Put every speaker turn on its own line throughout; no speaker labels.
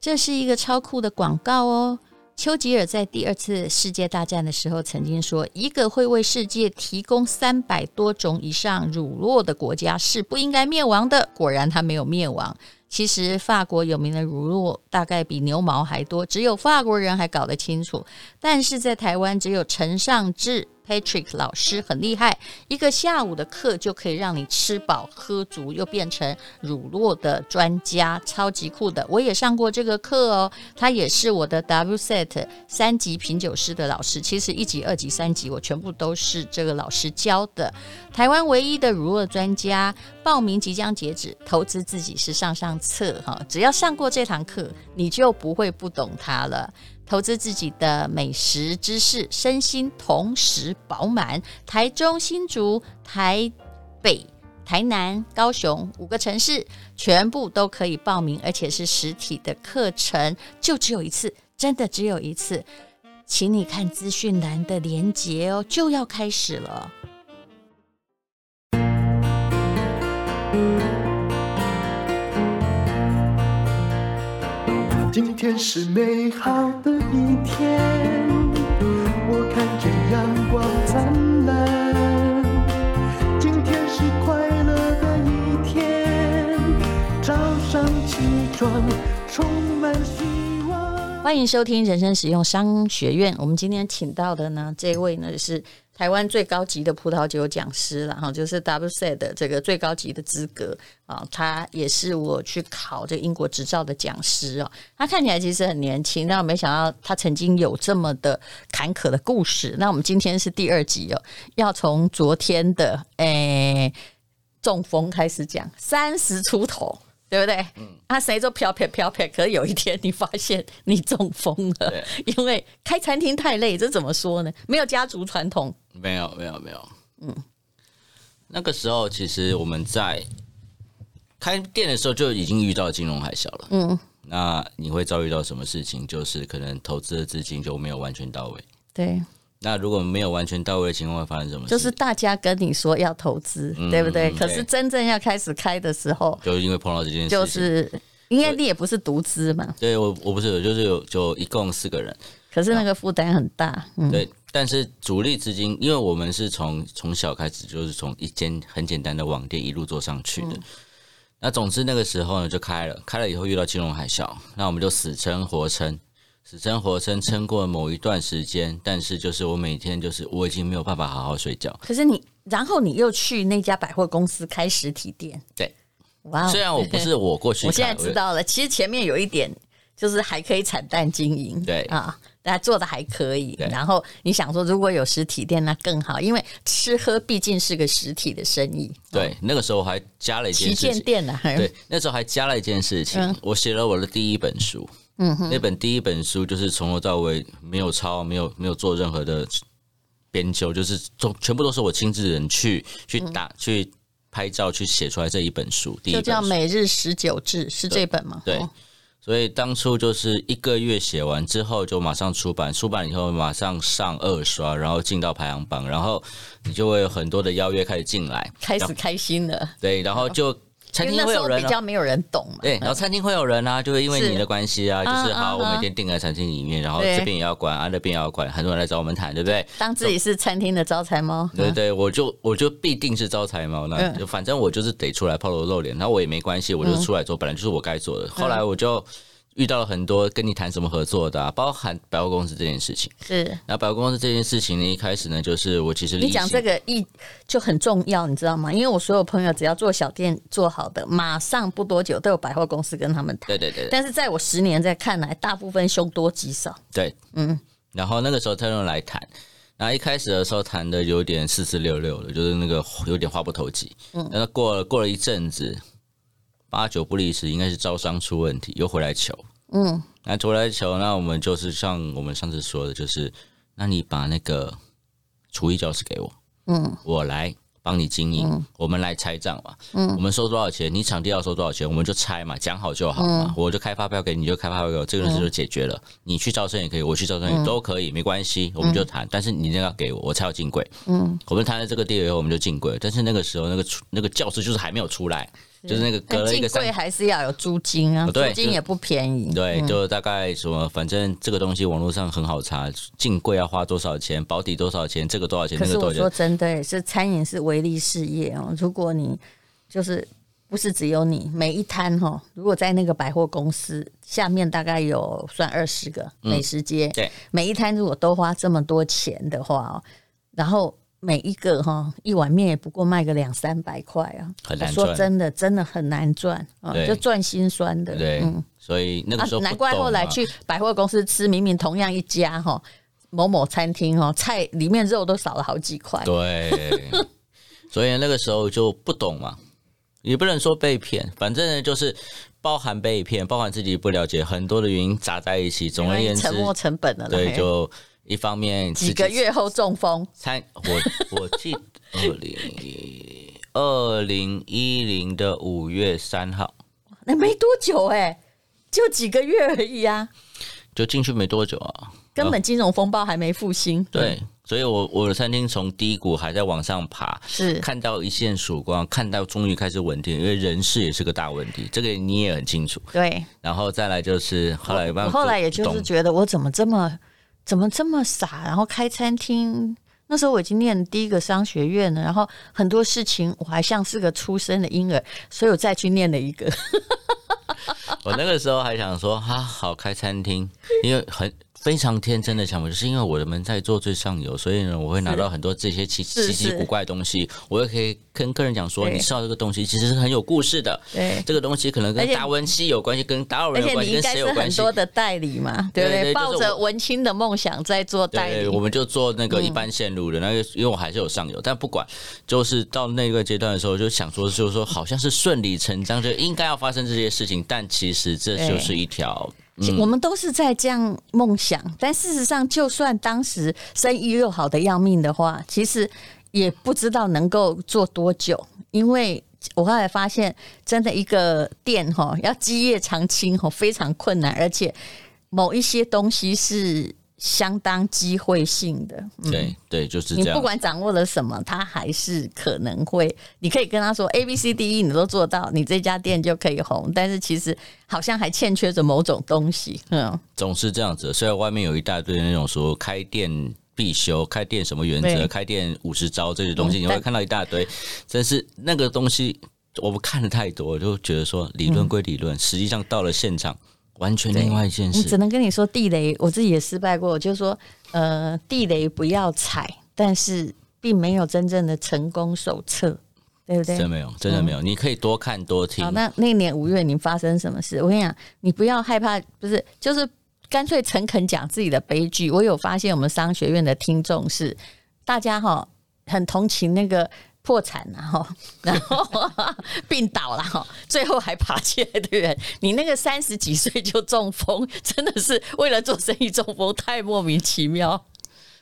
这是一个超酷的广告哦。丘吉尔在第二次世界大战的时候曾经说：“一个会为世界提供三百多种以上乳酪的国家是不应该灭亡的。”果然，他没有灭亡。其实，法国有名的乳酪大概比牛毛还多，只有法国人还搞得清楚。但是在台湾，只有陈尚志 Patrick 老师很厉害，一个下午的课就可以让你吃饱喝足，又变成乳酪的专家，超级酷的。我也上过这个课哦，他也是我的 W Set 三级品酒师的老师。其实一级、二级、三级我全部都是这个老师教的。台湾唯一的乳酪专家，报名即将截止，投资自己是上上策哈。只要上过这堂课，你就不会不懂它了。投资自己的美食知识，身心同时饱满。台中、新竹、台北、台南、高雄五个城市全部都可以报名，而且是实体的课程，就只有一次，真的只有一次。请你看资讯栏的连结哦，就要开始了。
今天是美好的一天，我看见阳光灿烂。今天是快乐的一天，早上起床充满希望。
欢迎收听人生实用商学院。我们今天请到的呢，这位呢是台湾最高级的葡萄酒讲师了哈，就是 WSET 的这个最高级的资格啊，他也是我去考这个英国执照的讲师哦。他看起来其实很年轻，但我没想到他曾经有这么的坎坷的故事。那我们今天是第二集哦，要从昨天的诶中风开始讲，三十出头。对不对？
嗯
啊，谁都飘飘飘飘，可是有一天你发现你中风了，因为开餐厅太累，这怎么说呢？没有家族传统，
没有，没有，没有。嗯，那个时候其实我们在开店的时候就已经遇到金融海啸了。嗯，那你会遭遇到什么事情？就是可能投资的资金就没有完全到位。
对，
那如果没有完全到位的情况，会发生什么事？
就是大家跟你说要投资，对不对？
嗯
可是
对
真正要开始开的时候，
就因为碰到这件事情，
就是应该你也不是独资嘛，
对我我不是有就是有就一共四个人，
可是那个负担很大，嗯，
对，但是主力资金，因为我们是从从小开始，就是从一间很简单的网店一路做上去
嗯
的。那总之那个时候呢，就开了，开了以后遇到金融海啸，那我们就死撑活撑，死撑活撑，撑过某一段时间。但是就是我每天就是我已经没有办法好好睡觉。
可是你，然后你又去那家百货公司开实体店，
对，
哇哦，
虽然我不是我过去
哦我
开，
现在知道了，其实前面有一点就是还可以惨淡经营，
对
啊，大家做的还可以。
对
然后你想说，如果有实体店那更好，因为吃喝毕竟是个实体的生意，
我。对，那个时候我还加了一件
旗
事
舰
情，
店啊，还
对，那时候还加了一件事情，
嗯
我写了我的第一本书。嗯哼，那本第一本书就是从头到尾没有抄，没有没有做任何的编修，就是从全部都是我亲自人去去打、去拍照去写出来这一本书。第一
嗯就
本
叫
书
每日十九制，是这本吗？
对
哦，
所以当初就是一个月写完之后就马上出版，出版以后马上上二刷，然后进到排行榜，然后你就会有很多的邀约开始进来，
开
然
始
后
开心了，
对，然后就
因
餐
为
厅
那
会
时
有
候
人
比
哦
较没有人懂嘛。
对，然后餐厅会有人啊，就会因为
是
你的关系
啊
啊，就是
啊
好，我
啊
每天订在餐厅里面，然后
对
这边也要管啊，那边也要管，很多人来找我们谈，对不对？
当自己是餐厅的招财猫，
对对，我就我就必定是招财猫，那
啊嗯
就反正我就是得出来抛头露脸，那我也没关系，我就出来做，本来就是我该做的。
嗯
后来我就遇到了很多跟你谈什么合作的啊，包含百货公司这件事情。
是
那百货公司这件事情呢，一开始呢，就是我其实
你讲
一
这
心
个意就很重要，你知道吗？因为我所有朋友只要做小店做好的，马上不多久都有百货公司跟他们谈。
对对对对
但是在我十年在看来，大部分凶多吉少。
对，嗯。然后那个时候他用来谈，那一开始的时候谈的有点四四六六的，就是那个有点话不投机。嗯，但是过了过了一阵子，八九不离十，应该是招商出问题，又回来求。嗯，那回来求，那我们就是像我们上次说的，就是那你把那个厨艺教室给我，嗯，我来。帮你经营，我们来拆账嘛。嗯，我们收多少钱，你场地要收多少钱，我们就拆嘛，讲好就好嘛。我就开发票给你，你就开发票给我，这个事就解决了。你去招生也可以，我去招生也都可以，没关系，我们就谈。但是你那个要给我，我才有进柜。嗯，我们谈了这个地以后，我们就进柜了。但是那个时候，那个出那个教室就是还没有出来，就是那个隔
但
了一
进
个三
柜还是要有租金啊，
哦
租
对
金
就
也不便宜。
对，就大概什么，反正这个东西网络上很好查，进柜要花多少钱，保底多少钱，这个多少钱，
可
那
是
个
我
多少
说
钱。
真的，是餐饮是唯利事业哦。如果你就是不是只有你，每一摊哈、哦，如果在那个百货公司下面大概有算二十个美食街，
嗯对，
每一摊如果都花这么多钱的话哦，然后每一个哈、哦、一碗面也不过卖个两三百块啊，
很难
说
赚
真的，真的很难赚啊，
对
就赚心酸的。
对，
嗯
所以那个
啊
时候、，
难怪后来。去百货公司吃，明明同样一家哈、某某餐厅哦，菜里面肉都少了好几块。
对，所以那个时候就不懂嘛，也不能说被骗，反正呢就是包含被骗，包含自己不了解，很多的原因砸在一起。总而言之，
哎沉没成本了啦，
对，
嘿
就一方面自
几
己
个月后中风，
参，我我记二零一二零一零的五月三号
那没多久哎、就几个月而已啊，
就进去没多久啊，
根本金融风暴还没复兴。
对，所以我我的餐厅从低谷还在往上爬，
是
看到一线曙光，看到终于开始稳定，因为人事也是个大问题，这个你也很清楚。
对，
然后再来就是后来慢
我
慢
后来也就是
懂
觉得我怎么这么怎么这么傻，然后开餐厅。那时候我已经念第一个商学院了，然后很多事情我还像是个出生的婴儿，所以我再去念了一个。
我那个时候还想说啊，好开餐厅，因为很非常天真的想法，就是因为我的门在做最上游，所以呢，我会拿到很多这些奇
是
奇奇
是
古怪的东西，我也可以跟客人讲说，
对
你吃到这个东西其实是很有故事的，
对
这个东西可能
而
跟
且
达文西有关系，跟达尔
而
文有
且
关
你
系，
应
跟
该是
谁有
很
关系
多？的代理嘛，对不对？
对对就是
抱
我
着文青的梦想在做代理嗯
对，，我们就做那个一般线路的那个，因为我还是有上游，但不管，就是到那个阶段的时候，就想说，就是说，好像是顺理成章，就应该要发生这些事情，但其实这
对
就是一条
我们都是在这样梦想，但事实上，就算当时生意又好的要命的话，其实也不知道能够做多久，因为。我后来发现，真的一个店哈，要基业长青哈，非常困难，而且某一些东西是相当机会性的。
对对，就是
嗯你
这
不
样。
管掌握了什么，它还是可能会，你可以跟他说 A B C D E 你都做到，你这家店就可以红，但是其实好像还欠缺着某种东西。嗯，
总是这样子。虽然外面有一大堆那种说开店必修、开店什么原
对
则、开店五十招这些东西，
嗯
你
但
会看到一大堆，但是那个东西我们看的太多，就觉得说理
嗯
论归理论，实际上到了现场完全另外一件
我只
事。
能跟你说地雷，我自己也失败过，我就说呃地雷不要踩，但是并没有真正的成功手册，对不对？
真没有，真的没有。你可以多看多听
嗯好，，那那一年五月你发生什么事？我跟你讲，你不要害怕，不是，就是干脆诚恳讲自己的悲剧。我有发现，我们商学院的听众是大家哈很同情那个。破产然后 然后病倒了哈，最后还爬起来的人，你那个三十几岁就中风，真的是为了做生意中风，太莫名其妙。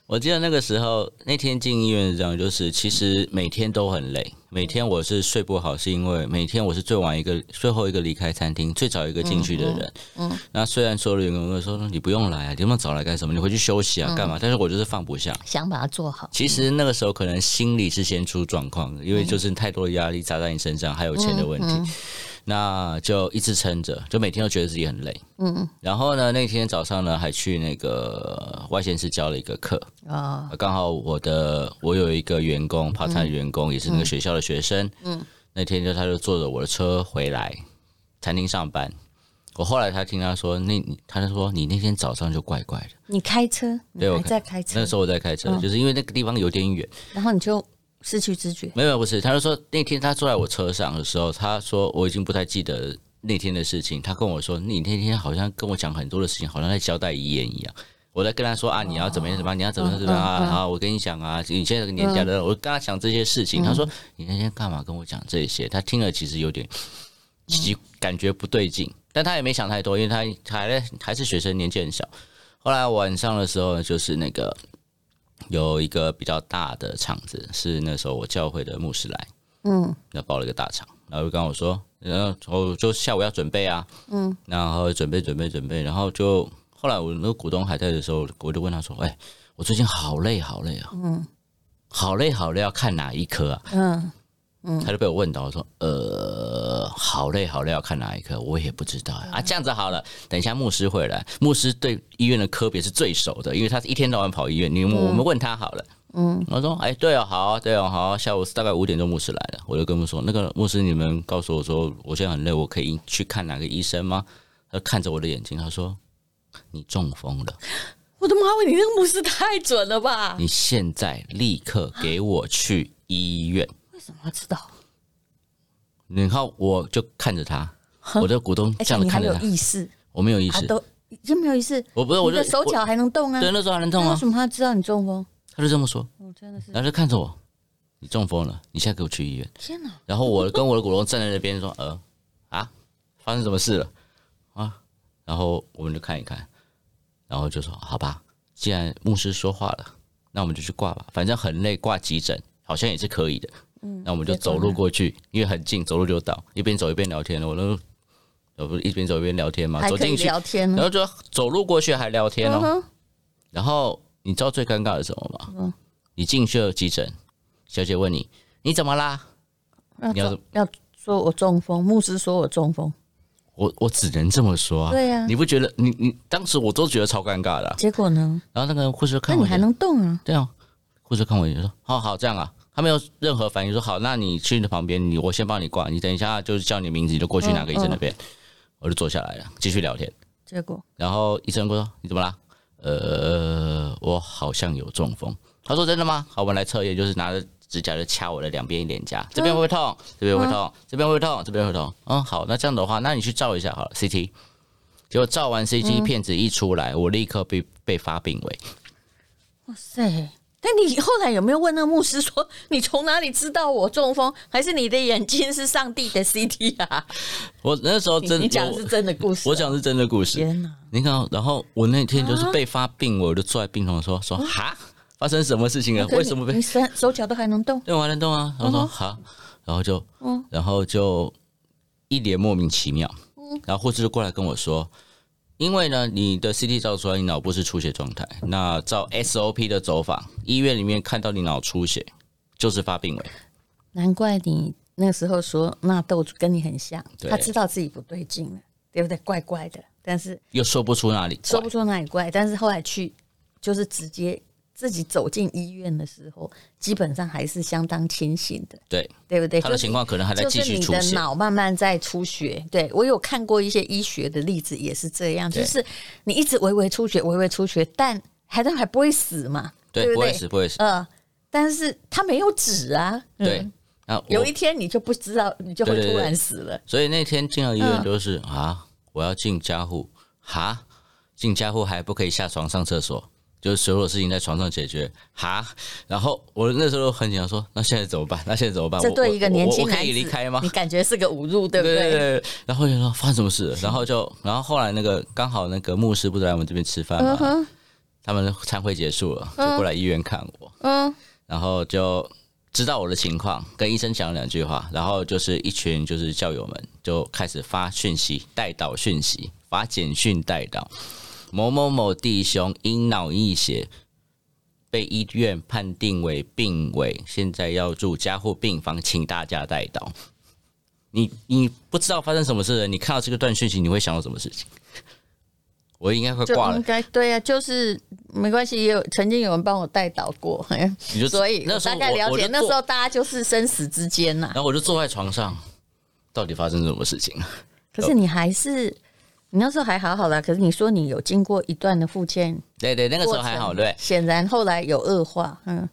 我记得那个时候，那天进医院是这样，就是其实每天都很累，每天我是睡不好，是因为每天我是最晚一个、最后一个离开餐厅、最早一个进去的人。嗯，那虽然所有的员工都说你不用来啊，你那么早来干什么？你回去休息啊，干嘛？但是我就是放不下。
想把它做好，
其实那个时候可能心里是先出状况的，因为就是太多的压力砸在你身上，还有钱的问题，那就一直撑着，就每天都觉得自己很累。嗯，然后呢，那天早上呢还去那个外县市教了一个课。
啊、
呃刚好我的我有一个员工，爬山的员工、也是那个学校的学生，嗯，那天就他就坐着我的车回来餐厅上班。我后来他听他说，那你他就说你那天早上就怪怪的。
你开车，你
对我
还
开
在开车
那，时候我在开车，就是因为那个地方有点远，
然后你就失去知觉。
没有不是，他就说那天他坐在我车上的时候，他说我已经不太记得那天的事情。他跟我说，你那天好像跟我讲很多的事情，好像在交代遗言一样。我在跟他说啊，你要怎么样怎么样，你要怎么样怎么样啊，好，我跟你讲啊，你现在这个年纪了，我跟他讲这些事情，他说你那天干嘛跟我讲这些？他听了其实有点奇，感觉不对劲，但他也没想太多，因为他他还在还是学生，年纪很小。后来晚上的时候，就是那个有一个比较大的场子，是那时候我教会的牧师来，嗯，那包了一个大场，然后就跟我说，嗯然后我就下午要准备啊，嗯，然后准备准备准备，然后就后来我那个股东还在的时候，我就问他说，哎、我最近好累好累啊，嗯，好累好累，要看哪一科啊？
嗯，
嗯，他就被我问到，我说，呃，好累好累，要看哪一科？我也不知道啊。啊这样子好了，等一下牧师会来，牧师对医院的科别是最熟的，因为他是一天到晚跑医院。你们我们问他好了。嗯，我说，哎、对哦，好啊，对哦，好啊，下午大概五点钟牧师来了，我就跟牧师说，那个牧师，你们告诉我说，我现在很累，我可以去看哪个医生吗？他看着我的眼睛，他说，你中风了。
我的妈！你那个牧师太准了吧？
你现在立刻给我去医院。
为什么要知道？
然后我就看着他，我的股东
而
这
且
样
哎你
看
还
着
有
他，
意识，
我没有意
啊，
识，
都就没有意识。
我不是我
你
就
的手脚还能动啊？
对，那时候还能动
那为
啊呃
什。么他知道你中风？
他就这么说，
我真的是
然后就看着我，你中风了，你现在给我去医院。
天哪！
然后我跟我的股东站在那边说，呃，啊，发生什么事了啊？然后我们就看一看，然后就说好吧，既然牧师说话了，那我们就去挂吧，反正很累，挂急诊好像也是可以的。嗯，那我们就走路过去，因为很近，走路就到，一边走一边聊天我都。我不是一边走一边聊天嘛，
还
走
可以
进去
聊天
然
呢。
后就走路过去还聊天哦。
嗯哼嗯
然后你知道最尴尬的是什么吗？你进去了急诊，小姐问你你怎么啦？
要
你要
中要说我中风，牧师说我中风，
我我只能这么说啊。
对啊
你不觉得你你当时我都觉得超尴尬的啊、
结果呢？
然后那个护士
那
看我
你
一眼，
还能动啊？
对啊，护士看我一眼说好好这样啊。他没有任何反应，说好，那你去你旁边，你我先帮你挂，你等一下就是叫你名字，你就过
嗯
去哪个医生那边，我就坐下来了，继续聊天。
结果
然后医生跟我说：“你怎么啦？”呃，我好像有中风。他说：“真的吗？”好，我们来测验，就是拿着指甲就掐我的两边脸
嗯
颊，这边会不会痛？这边会不会痛？这边会不会痛？这边会不会痛？嗯，好，那这样的话，那你去照一下好了，CT。结果照完
嗯
CT 片子一出来，我立刻被被发病危。
哇塞！但你后来有没有问那个牧师说你从哪里知道我中风？还是你的眼睛是上帝的 CT 啊？
我那时候
你
哦真，
你讲的
我
是真的故事啊、
我讲的是真的故事。
天哪！
你看哦，然后我那天
啊
就是被发病危，我就坐在病床说说哈，发生什么事情了？为什么被
嗯可你你手手脚都还能动？
对，我还能动
嗯
啊。然后说好，然后就，然后就一脸莫名其妙。
嗯
然后护士就过来跟我说，因为呢，你的 CT 照出来你脑部是出血状态，那照 SOP 的走法，医院里面看到你脑出血就是发病了。
难怪你那时候说纳豆跟你很像，
对
他知道自己不对劲了，对不对？怪怪的，但是
又说不出哪里怪
说不出哪里怪，但是后来去就是直接自己走进医院的时候，基本上还是相当清醒的，
对，
对不对？
他的
就是
情况可能还在
就
继
是
续
你
出
的
血。
脑慢慢在出血。对我有看过一些医学的例子，也是这样，
对
就是你一直微微出血，微微出血，但还但还不会死嘛，
对，
不
不会
对？
死，不会死。
呃，但是他没有止啊，
对，那
有
我
一天你就不知道，你就会
对对
突然
对
死了。
所以那天进到医
嗯
院就是、啊，我要进加护哈，进加护还不可以下床上厕所，就是所有事情在床上解决哈。然后我那时候很紧张，说那现在怎么办？那现在怎么办？
这
啊我
对一个年轻
我我我可
男
以离
子
开吗
你？感觉是个侮辱，对不
对对。然后就说发生什么事了？然后就然后后来那个刚好那个牧师不是来我们这边吃饭嘛，
嗯
他们参会结束了，就过来医院看我，
嗯，
然后就。知道我的情况，跟医生讲了两句话，然后就是一群就是教友们就开始发讯息，带导讯息，发简讯带导。某某某弟兄因脑溢血被医院判定为病危，现在要住加护病房，请大家带导。你你不知道发生什么事了，你看到这个段讯息，你会想到什么事情？我应该会
就
挂
应
了，
该对啊，就是没关系，也有曾经有人帮我带导过，
你就
所以
那
我
时候
大
我
概了
我就
解，那
坐
时候大家就是生死之间呐、
然后我就坐在床上，到底发生什么事情？
可是你还是，你那时候还好好啦。可是你说你有经过一段的复健，
对对，那个时候还好，对。
显然后来有恶化，嗯，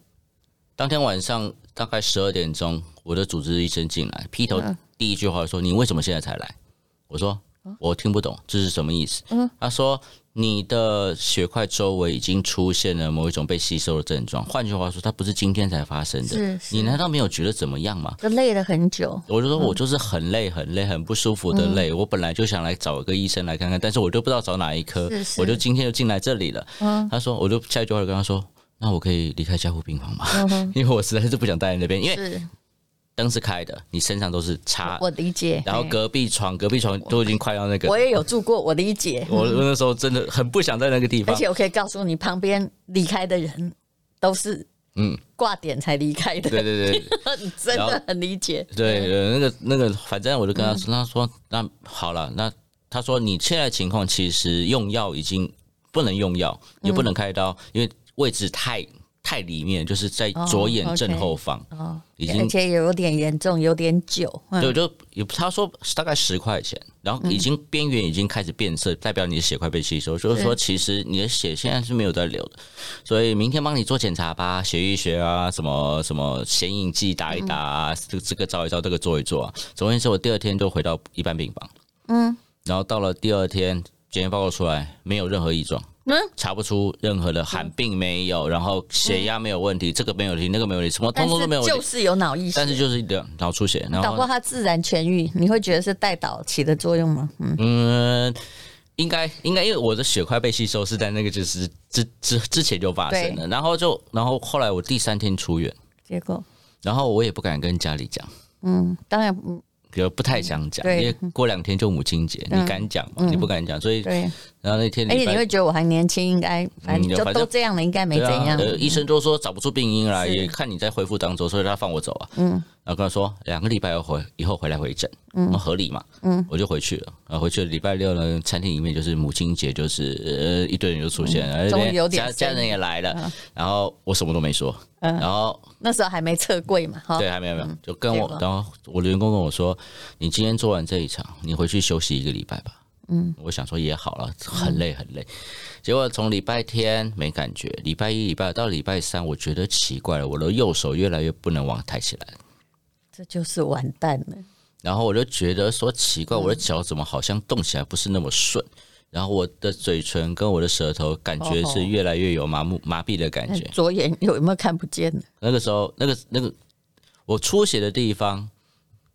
当天晚上大概十二点钟，我的主治医生进来，劈头
嗯
第一句话说：“你为什么现在才来？”我说：“我听不懂这是什么意思。”
嗯
他说：“你的血块周围已经出现了某一种被吸收的症状，换句话说，它不是今天才发生的
是。是
你难道没有觉得怎么样吗？”
就累了很久。
我就说，我就是很累，很累，很不舒服的
嗯
累。我本来就想来找一个医生来看看，但是我就不知道找哪一科，
是是嗯
我就今天就进来这里了。他说，我就下一句话就跟他说，那我可以离开加护病房吗？ 因为我实在是不想待在那边，因为
嗯是
灯是开的，你身上都是擦，
我理解，
然后
嘿
隔壁床，隔壁床都已经快要那个
我。也有住过，我理解，
我我那时候真的很不想在那个地
而
方，
且我可以告诉你，旁边离开的人都是
嗯，
挂点才离开的，
对对对
你 真
然后
的很理解。
对，
嗯
呃那个那个，反正我就跟他说，他说那好了，那他说你现在情况其实用药已经不能用药，
嗯
也不能开刀，因为位置太太里面，就是在
哦
左眼正
OK
后方，
哦，
已经
而且有点严重，有点久。嗯
对，就也他说大概十块钱，然后已经边缘已经开始变色，代表你的血块被吸收，就是说其实你的血现在是没有在流的，所以明天帮你做检查吧，血液学啊，什么什么显影剂打一
嗯
打啊，这、这个照一照，这个做一做啊。总而言之，我第二天就回到一般病房，
嗯
然后到了第二天检验报告出来，没有任何异状。
嗯，
查不出任何的寒病没有，然后血压没有问题，这个没有问题，那个没有问题，什么
嗯但
通通都
是
没有问
就
题，
是有脑溢血
但，是就是两脑出血，然
搞
后
不好它自然痊愈，你会觉得是带导起的作用吗？嗯，
嗯，应该应该，因为我的血块被吸收是在那个就是之之之前就发生了，然后就然后后来我第三天出院，
结果
然后我也不敢跟家里讲，
嗯，当然嗯
也不太想讲，
对嗯
因为过两天就母亲节，你敢讲吗？你不敢讲，所以
对，
然后那天
而且
礼
你
拜
会觉得我还年轻，应该反正
嗯
就
反正
都这样了，应该没
对
怎
啊
样，。嗯
呃，医生都说找不出病因来，
是
也看你在恢复当中，所以他放我走啊。嗯，然后跟他说两个礼拜要回，以后回来回诊，嗯，合理嘛。嗯，我就回去了。然后回去了礼拜六呢，餐厅里面就是母亲节，就是呃一堆人就出现了，
嗯终于
那边
有点生
家
意嗯
家人也来了，然后我什么都没说，然后
那时候还没测柜嘛，哈，
对，啊还没有没有，就跟
哦嗯结
我
果，
然后我的员工跟我说，你今天做完这一场，你回去休息一个礼拜吧。嗯，我想说也好了，很累很累。结果从礼拜天没感觉，礼拜一、礼拜二到礼拜三，我觉得奇怪了，我的右手越来越不能往抬起来了。
这就是完蛋了。
然后我就觉得说奇
嗯
怪，我的脚怎么好像动起来不是那么顺？然后我的嘴唇跟我的舌头感觉
哦
是越来越有麻木麻痹的感
那
觉。
左眼有有没有看不见呢？
那个时候，那个那个我出血的地方，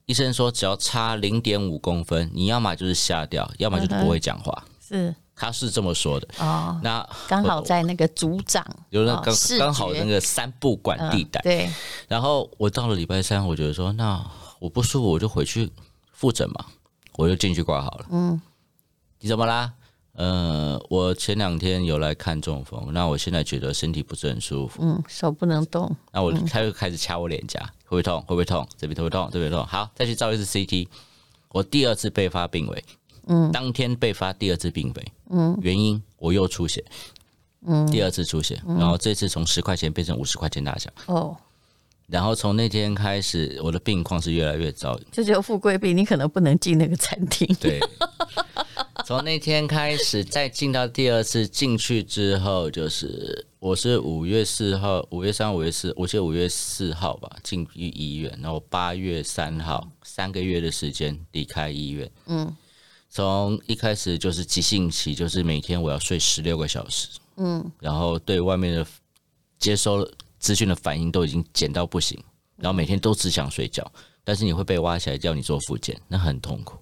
医生说只要差零点五公分，你要么就是瞎掉，要么就是不会讲话。
是
他是这么说的。
嗯哦，
那
刚好
我
在那个组长
有那
哦
刚
视
刚好
觉
那个三不管地带
嗯。对，
然后我到了礼拜三，我觉得说那我不舒服，我就回去复诊嘛，我就进去挂好了。嗯，你怎么啦？呃，我前两天有来看中风，那我现在觉得身体不是很舒服。
嗯，手不能动，
那我他就开始掐我脸颊，会不会痛？会不会痛？这边会不会痛？这边痛？好，再去照一次 CT。我第二次被发病危，嗯，当天被发第二次病危，嗯，原因我又出血，嗯，第二次出血，然后这次从十块钱变成五十块钱大小，
哦，
然后从那天开始，我的病况是越来越糟，
这就富贵病，你可能不能进那个餐厅。
对。从那天开始，再进到第二次进去之后，就是我是五月四号、五月三、五月四，我记得五月四号吧进去医院，然后八月三号三个月的时间离开医院。嗯，从一开始就是急性期，就是每天我要睡十六个小时。嗯，然后对外面的接收资讯的反应都已经减到不行，然后每天都只想睡觉，但是你会被挖起来叫你做复健，那很痛苦。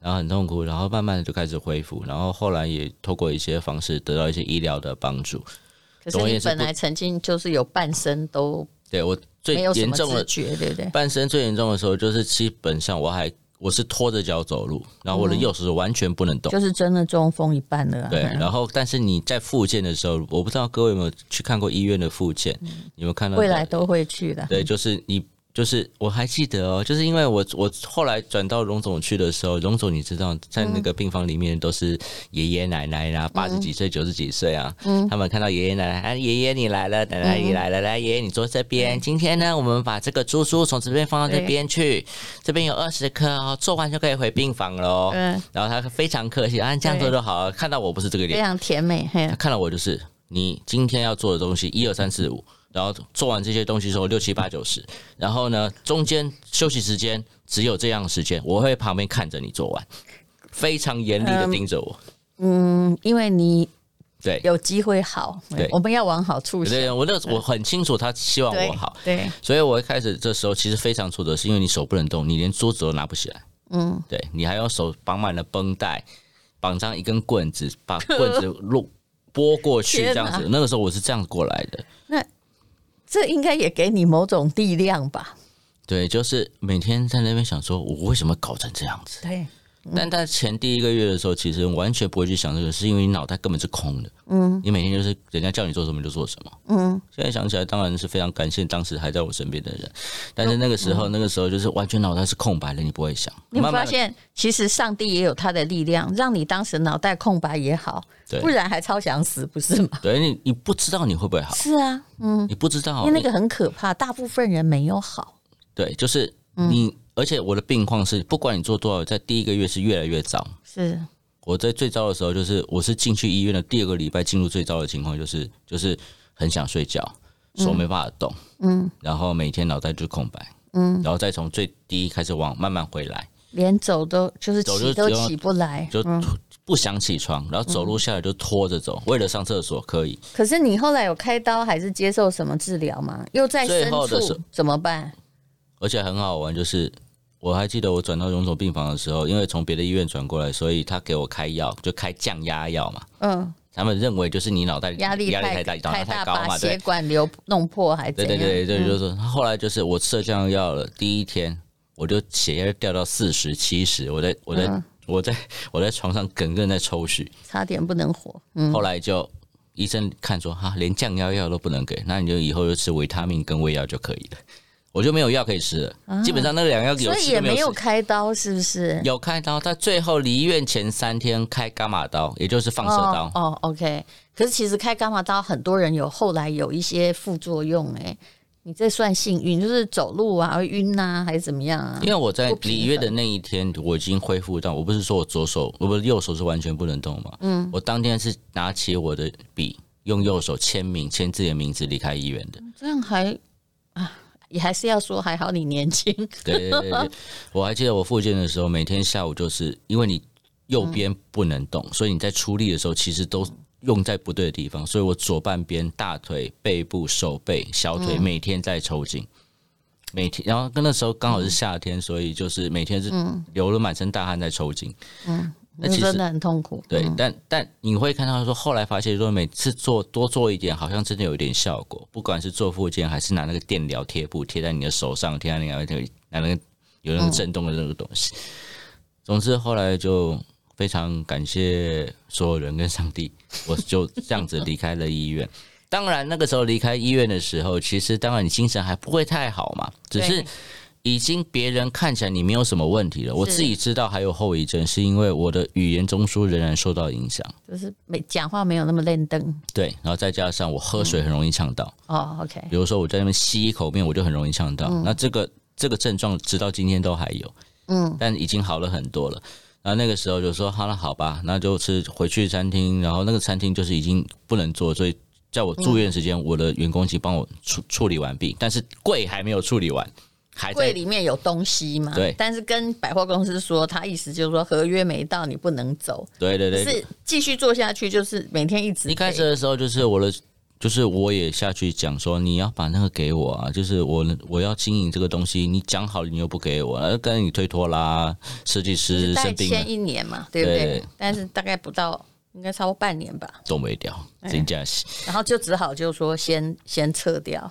然后很痛苦，然后慢慢的就开始恢复，然后后来也透过一些方式得到一些医疗的帮助。
可是
总而
你
言之
本
不
来曾经就是有半身都
对我最
没有什
严
么
重
知
的
觉，对不对？
半身最严重的时候，就是基本上我还我是拖着脚走路，然后我的右手是完全不能动。
哦就是真的中风一半了、啊。
对，然后但是你在复健的时候，我不知道各位有没有去看过医院的复健，你有没有看
嗯
到
未来都会去的。
对，就是你，就是我还记得哦，就是因为我我后来转到荣总去的时候，荣总你知道，在那个病房里面都是爷爷奶奶啦、八十几岁、九十几岁啊，他们看到爷爷奶奶，啊，爷爷你来了，奶奶你来了，来爷爷你坐这边。今天呢，我们把这个猪猪从这边放到这边去，这边有二十颗哦，做完就可以回病房了哦。
嗯
然后他非常客气，啊，这样做就好了。看到我不是这个
非
脸，
常甜美，嘿
他，看到我就是你今天要做的东西，一二三四五，然后做完这些东西之后，六七八九十，然后呢，中间休息时间只有这样的时间，我会旁边看着你做完，非常严厉的盯着我。
嗯，因为你
对，
有机会好，
对
我们要往好处想，
对，我那我很清楚他希望
对
我好，
对，
所以我一开始这时候其实非常挫折，是因为你手不能动，你连桌子都拿不起来。嗯，对你还用手绑满了绷带，绑上一根棍子， 把棍子路拨过去这
天
样子
哪。
那个时候我是这样子过来的。
那这应该也给你某种力量吧？
对，就是每天在那边想说，我为什么搞成这样子？
对，
但但前第一个月的时候，其实完全不会去想这个，是因为你脑袋根本是空的。嗯，你每天就是人家叫你做什么你就做什么。嗯，现在想起来，当然是非常感谢当时还在我身边的人，但是那个时候，那个时候就是完全脑袋是空白的，你不会想。
嗯你有
慢
发
慢地
现，其实上帝也有他的力量，让你当时脑袋空白也好，
对
不然还超想死，不是吗？
对你，你不知道你会不会好，
是啊，嗯，
你不知道
因为那个很可怕，大部分人没有好。
对，就是
嗯
你，而且我的病况是，不管你做多少，在第一个月是越来越糟。
是，
我在最糟的时候，就是我是进去医院的第二个礼拜，进入最糟的情况，就是就是很想睡觉，手没办法动，嗯，然后每天脑袋就是空白，嗯，然后再从最低开始往慢慢回来，
连走都就是
走就
起都
只有
起不来。
就不想起床，然后走路下来就拖着走，为了上厕所可以，
可是你后来有开刀还是接受什么治疗吗？又在
最
深
后的时
处
候
怎么办？
而且很好玩，就是我还记得我转到荣总病房的时候，因为从别的医院转过来，所以他给我开药，就开降压药嘛。
嗯，
他们认为就是你脑袋
压力
压力
太
太大，脑袋太高
把
嘛，对
血管瘤弄破还
对
怎样？
对
嗯
对对，就是说后来就是我吃了降压药了，第一天我就血压掉到四十七十，我在我在、
嗯
我在我在床上梗梗在抽血，
差点不能活。嗯，
后来就。医生看说哈、连降压药都不能给，那你就以后就吃维他命跟胃药就可以了。我就没有药可以吃了，基本上那两药有
啊所以
吃
也
都没
没有
有吃
开刀，是不是？
有开刀，他最后离院前三天开伽马刀，也就是放射刀。
哦哦，OK。可是其实开伽马刀，很多人有后来有一些副作用、哎，你这算幸运，就是走路啊会晕呐、还是怎么样啊
因？为我在
不平衡
里约的那一天，我已经恢复到，我不是说我左手，我不是右手是完全不能动嘛。嗯，我当天是拿起我的笔，用右手签名，签自己的名字离开医院的。
这样还啊，也还是要说还好你年轻，
对对 对对，我还记得我复健的时候，每天下午就是因为你右边不能动，所以你在出力的时候其实都用在不对的地方，所以我左半边大腿、背部、手背、小
嗯
腿每天在抽筋。每天，然后跟那时候
嗯
刚好是夏天，所以就是每天是流了满身大汗在抽筋。那其实
真的很痛苦。
对，但但你会看到说，后来发现说，每次做多做一点，好像真的有一点效果。不管是做附件，还是拿那个电疗贴布贴在你的手上，贴在你的拿那个有那个震动的那个东西。总之，后来就非常感谢所有人跟上帝，我就这样子离开了医院。当然，那个时候离开医院的时候，其实当然你精神还不会太好嘛，只是
对
已经别人看起来你没有什么问题了。我自己知道还有后遗症，是因为我的语言中枢仍然受到影响，
就是没讲话没有那么认真。
对，然后再加上我喝水很容易呛到，
哦，OK，
比如说我在那边吸一口面，我就很容易呛到。那这个这个症状直到今天都还有，
嗯，
但已经好了很多了。然后那个时候就说好了，好吧，那就吃回去餐厅，然后那个餐厅就是已经不能做，所以在我住院时间，我的员工已经帮我处处理完毕，但是柜还没有处理完，还
柜
在
里面有东西嘛？
对
但是跟百货公司说，他意思就是说合约没到，你不能走。
对对
可
对，
是继续做下去，就是每天一直
一开
赔
始的时候就是我的，就是我也下去讲说你要把那个给我啊，就是我我要经营这个东西，你讲好了你又不给我，然后跟你推脱啦，设计师
代
生病了
签一年嘛，对不对？
对
但是大概不到，应该超过半年吧。
都没掉，
哎
真假是。
然后就只好就说先先撤掉，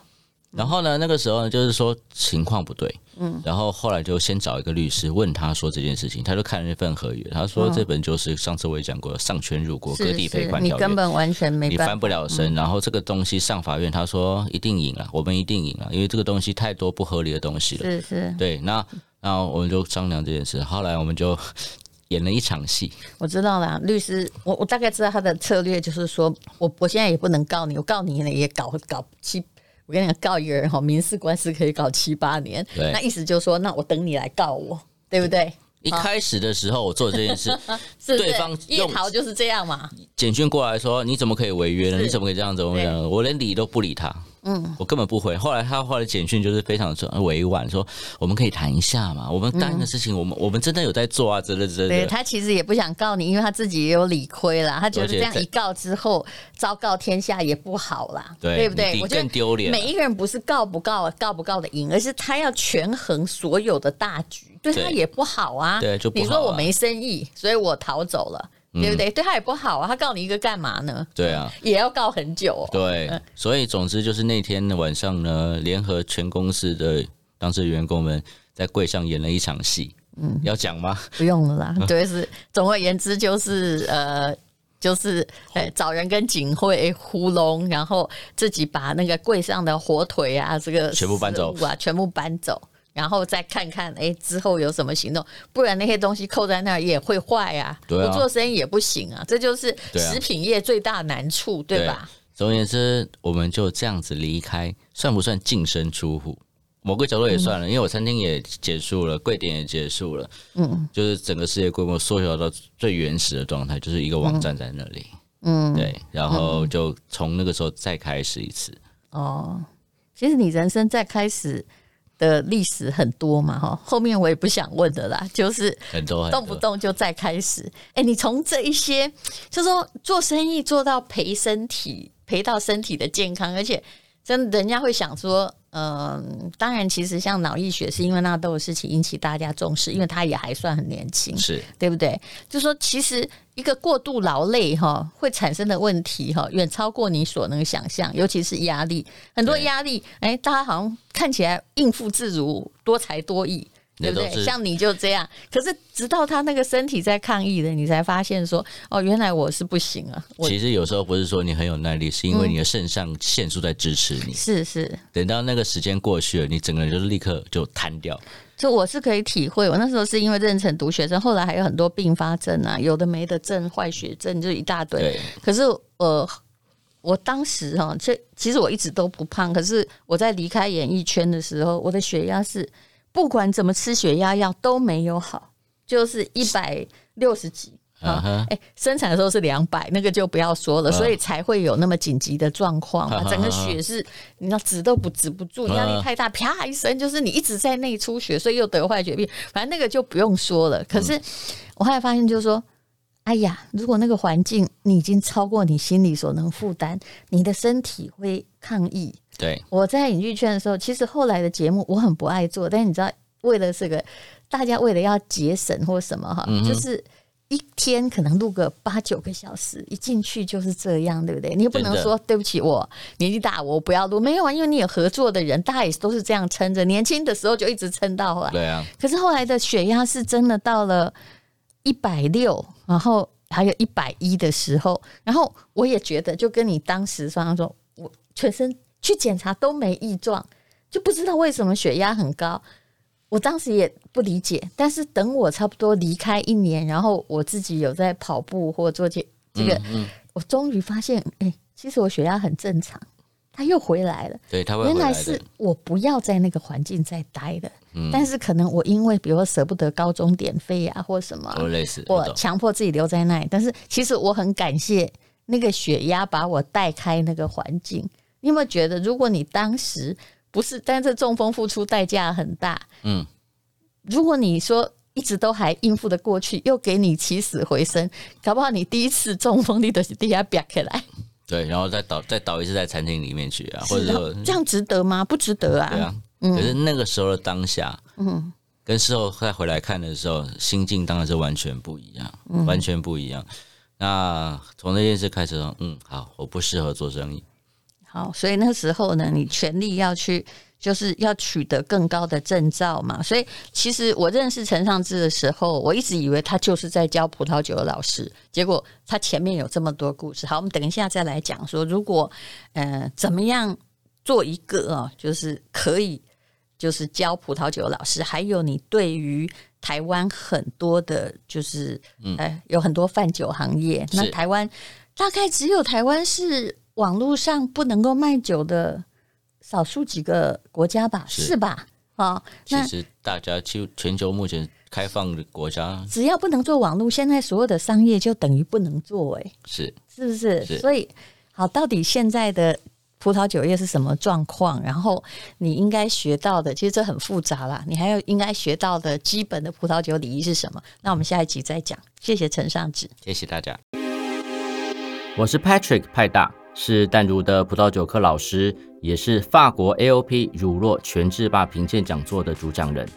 然后呢，那个时候呢，就是说情况不对，嗯，然后后来就先找一个律师问他说这件事情，他就看了那份合约，他说这本就是上次我也讲过的上权辱国各
嗯是
地赔
是，
款
你
条约
根。本完全没
你
办
翻
法。嗯
不了身，然后这个东西上法院，他说一定赢了，我们一定赢了，因为这个东西太多不合理的东西了。
是是，
对，那那我们就商量这件事，后来我们就 演了一场戏，
我知道啦。律师，我我大概知道他的策略就是说，我我现在也不能告你，我告你呢也搞搞七，我跟你讲，告一个人哈，民事官司可以搞七八年。
对
那意思就是说，那我等你来告我，对不对？
一开始的时候，我做这 件事，
是不是
对方
叶
用
桃就是这样嘛，
简讯过来说：“你怎么可以违约呢？
是
你怎么可以这样子？”我讲，我连理都不理他，嗯，我根本不回。后来他后来简讯就是非常委婉，说：“我们可以谈一下嘛，我们答应的事情，我们我们真的有在做啊，之类之类
嗯对
的。”
他其实也不想告你，因为他自己也有理亏啦。他觉得
而且
这样
在
一告之后，昭告天下也不好啦，
对
不
你
对？
你
我觉
更
得
丢脸了啊
每一个人不是告不告、告不告的赢，而是他要权衡所有的大局，对他
对
也不好啊。
对就不
你
好
说我
啊嗯
没生意，所以我逃走了，对不对？对他也不好啊，他告你一个干嘛呢？
对啊，
也要告很久哦。
对，所以总之就是那天晚上呢，联合全公司的当事员工们在柜上演了一场戏，嗯，要讲吗？
不用了
嗯
啦，就是总而言之就是呃。就是呃找人跟警会糊弄，然后自己把那个柜上的火腿啊，这个
全部搬走
食物啊，全部搬走，然后再看看哎之后有什么行动，不然那些东西扣在那儿也会坏啊，
对啊
不做生意也不行啊，这就是
对啊
食品业最大难处，对吧？？
总而言之，我们就这样子离开，算不算净身出户？某个角度也
嗯
算了，因为我餐厅也结束了，柜点也结束了，嗯，就是整个世界规模缩小到最原始的状态，就是一个网站在那里，嗯，对，然后就从那个时候再开始一次，
哦，其实你人生在开始的历史很多嘛，哈，后面我也不想问的啦，就是
很多很多
动不动就再开始。哎、你从这一些，就说做生意做到赔身体，赔到身体的健康，而且真的人家会想说，嗯，当然，其实像脑溢血是因为纳豆的事情引起大家重视，因为他也还算很年轻，
是
对不对？就说其实一个过度劳累哈会产生的问题哈，远超过你所能想象，尤其是压力，很多
对
压力，哎，大家好像看起来应付自如，多才多艺。对
那
不
都
对？
是
像你就这样，可是直到他那个身体在抗议了，你才发现说，哦，原来我是不行啊，我
其实有时候不是说你很有耐力，是因为你的肾上腺素在支持你。
是是，
等到那个时间过去了，你整个人就是立刻就瘫掉。
就我是可以体会，我那时候是因为妊娠毒学症，后来还有很多并发症啊，有的没的症，坏血症就一大堆。
对
可是呃，我当时哈，这其实我一直都不胖，可是我在离开演艺圈的时候，我的血压是不管怎么吃血压药都没有好，就是一百六十几。
嗯哼
啊，哎、生产的时候是两百，那个就不要说了，所以才会有那么紧急的状况嘛。
嗯
整个血是，你知道止都不止不住，压力
嗯
太大，啪一声，就是你一直在内出血，所以又得坏血病。反正那个就不用说了。可是我后来发现，就是说，哎呀，如果那个环境你已经超过你心理所能负担，你的身体会抗议。
对，
我在影剧圈的时候，其实后来的节目我很不爱做，但是你知道，为了这个，大家为了要节省或什么哈，
嗯
就是。一天可能录个八九个小时，一进去就是这样，对不对？你也不能
真的
说对不起我，年纪大我不要录，没有啊，因为你有合作的人，大家也都是这样撑着，年轻的时候就一直撑到后来。
对啊，
可是后来的血压是真的到了一百六，然后还有一百一的时候，然后我也觉得，就跟你当时说，说我全身去检查都没异状，就不知道为什么血压很高。我当时也不理解，但是等我差不多离开一年，然后我自己有在跑步或做这这个，我终于发现，哎、其实我血压很正常，它又回来了。
对，他会
原
回
来
来
是
的。
我不要在那个环境再待了，
嗯
但是可能我因为比如说舍不得高中点费啊，或什么啊，
我哦类似，我
我
懂。
强迫自己留在那里。但是其实我很感谢那个血压把我带开那个环境。你有没有觉得，如果你当时不是，但是中风付出代价很大，
嗯，
如果你说一直都还应付的过去，又给你起死回生，搞不好你第一次中风，你的底下瘪起来。
对，然后再倒再倒一次在餐厅里面去啊，或者
然后
说
这样值得吗？不值得啊！
对啊，可是那个时候的当下，嗯，跟事后再回来看的时候，心境当然是完全不一样，完全不一样。那从那件事开始说，嗯，好，我不适合做生意，
好，所以那时候呢，你全力要去，就是要取得更高的证照嘛。所以其实我认识陈尚志的时候，我一直以为他就是在教葡萄酒的老师，结果他前面有这么多故事。好，我们等一下再来讲说，如果呃怎么样做一个哦，就是可以就是教葡萄酒的老师，还有你对于。台湾很多的，就是呃，有很多饭酒行业。那
是
台湾大概只有台湾是网络上不能够卖酒的少数几个国家吧，是
是
吧？啊、
其
那
实大家就全球目前开放的国家
只要不能做网络，现在所有的商业就等于不能做、哎，
是
是不是？
是
所以，好，到底现在的葡萄酒业是什么状况？然后你应该学到的，其实这很复杂啦。你还有应该学到的基本的葡萄酒礼仪是什么？那我们下一集再讲。谢谢陈尚志。
谢谢大家。
我是 Patrick 派大，是淡如的葡萄酒课老师，也是法国 AOP 乳酪全制霸评鉴讲座的主讲人。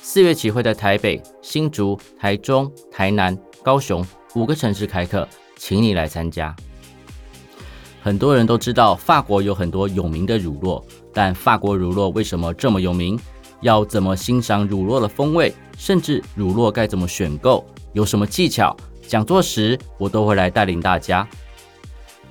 四月起会在台北、新竹、台中、台南、高雄五个城市开课，请你来参加。很多人都知道法国有很多有名的乳酪，但法国乳酪为什么这么有名？要怎么欣赏乳酪的风味，
甚至乳酪该怎么选购，有什么技巧，讲座时我都会来带领大家。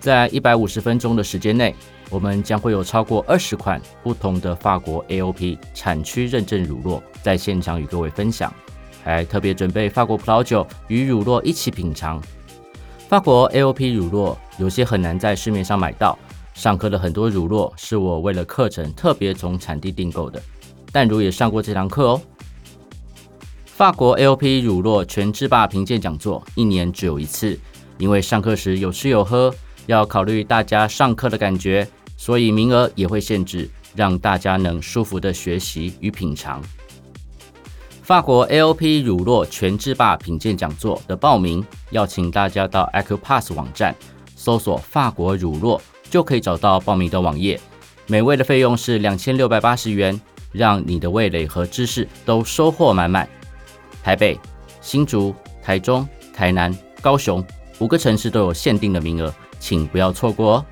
在一百五十分钟的时间内，我们将会有超过二十款不同的法国 AOP 产区认证乳酪在现场与各位分享，还特别准备法国葡萄酒与乳酪一起品尝。法国 AOP 乳酪有些很难在市面上买到，上课的很多乳酪是我为了课程特别从产地订购的，但如也上过这堂课哦。法国 AOP 乳酪全制霸评鉴讲座一年只有一次，因为上课时有吃有喝，要考虑大家上课的感觉，所以名额也会限制，让大家能舒服的学习与品尝。法国 AOP 乳酪全制霸品鉴讲座的报名，要请大家到 Acupass 网站搜索“法国乳酪”，就可以找到报名的网页。每位的费用是两千六百八十元，让你的味蕾和知识都收获满满。台北、新竹、台中、台南、高雄五个城市都有限定的名额，请不要错过哦。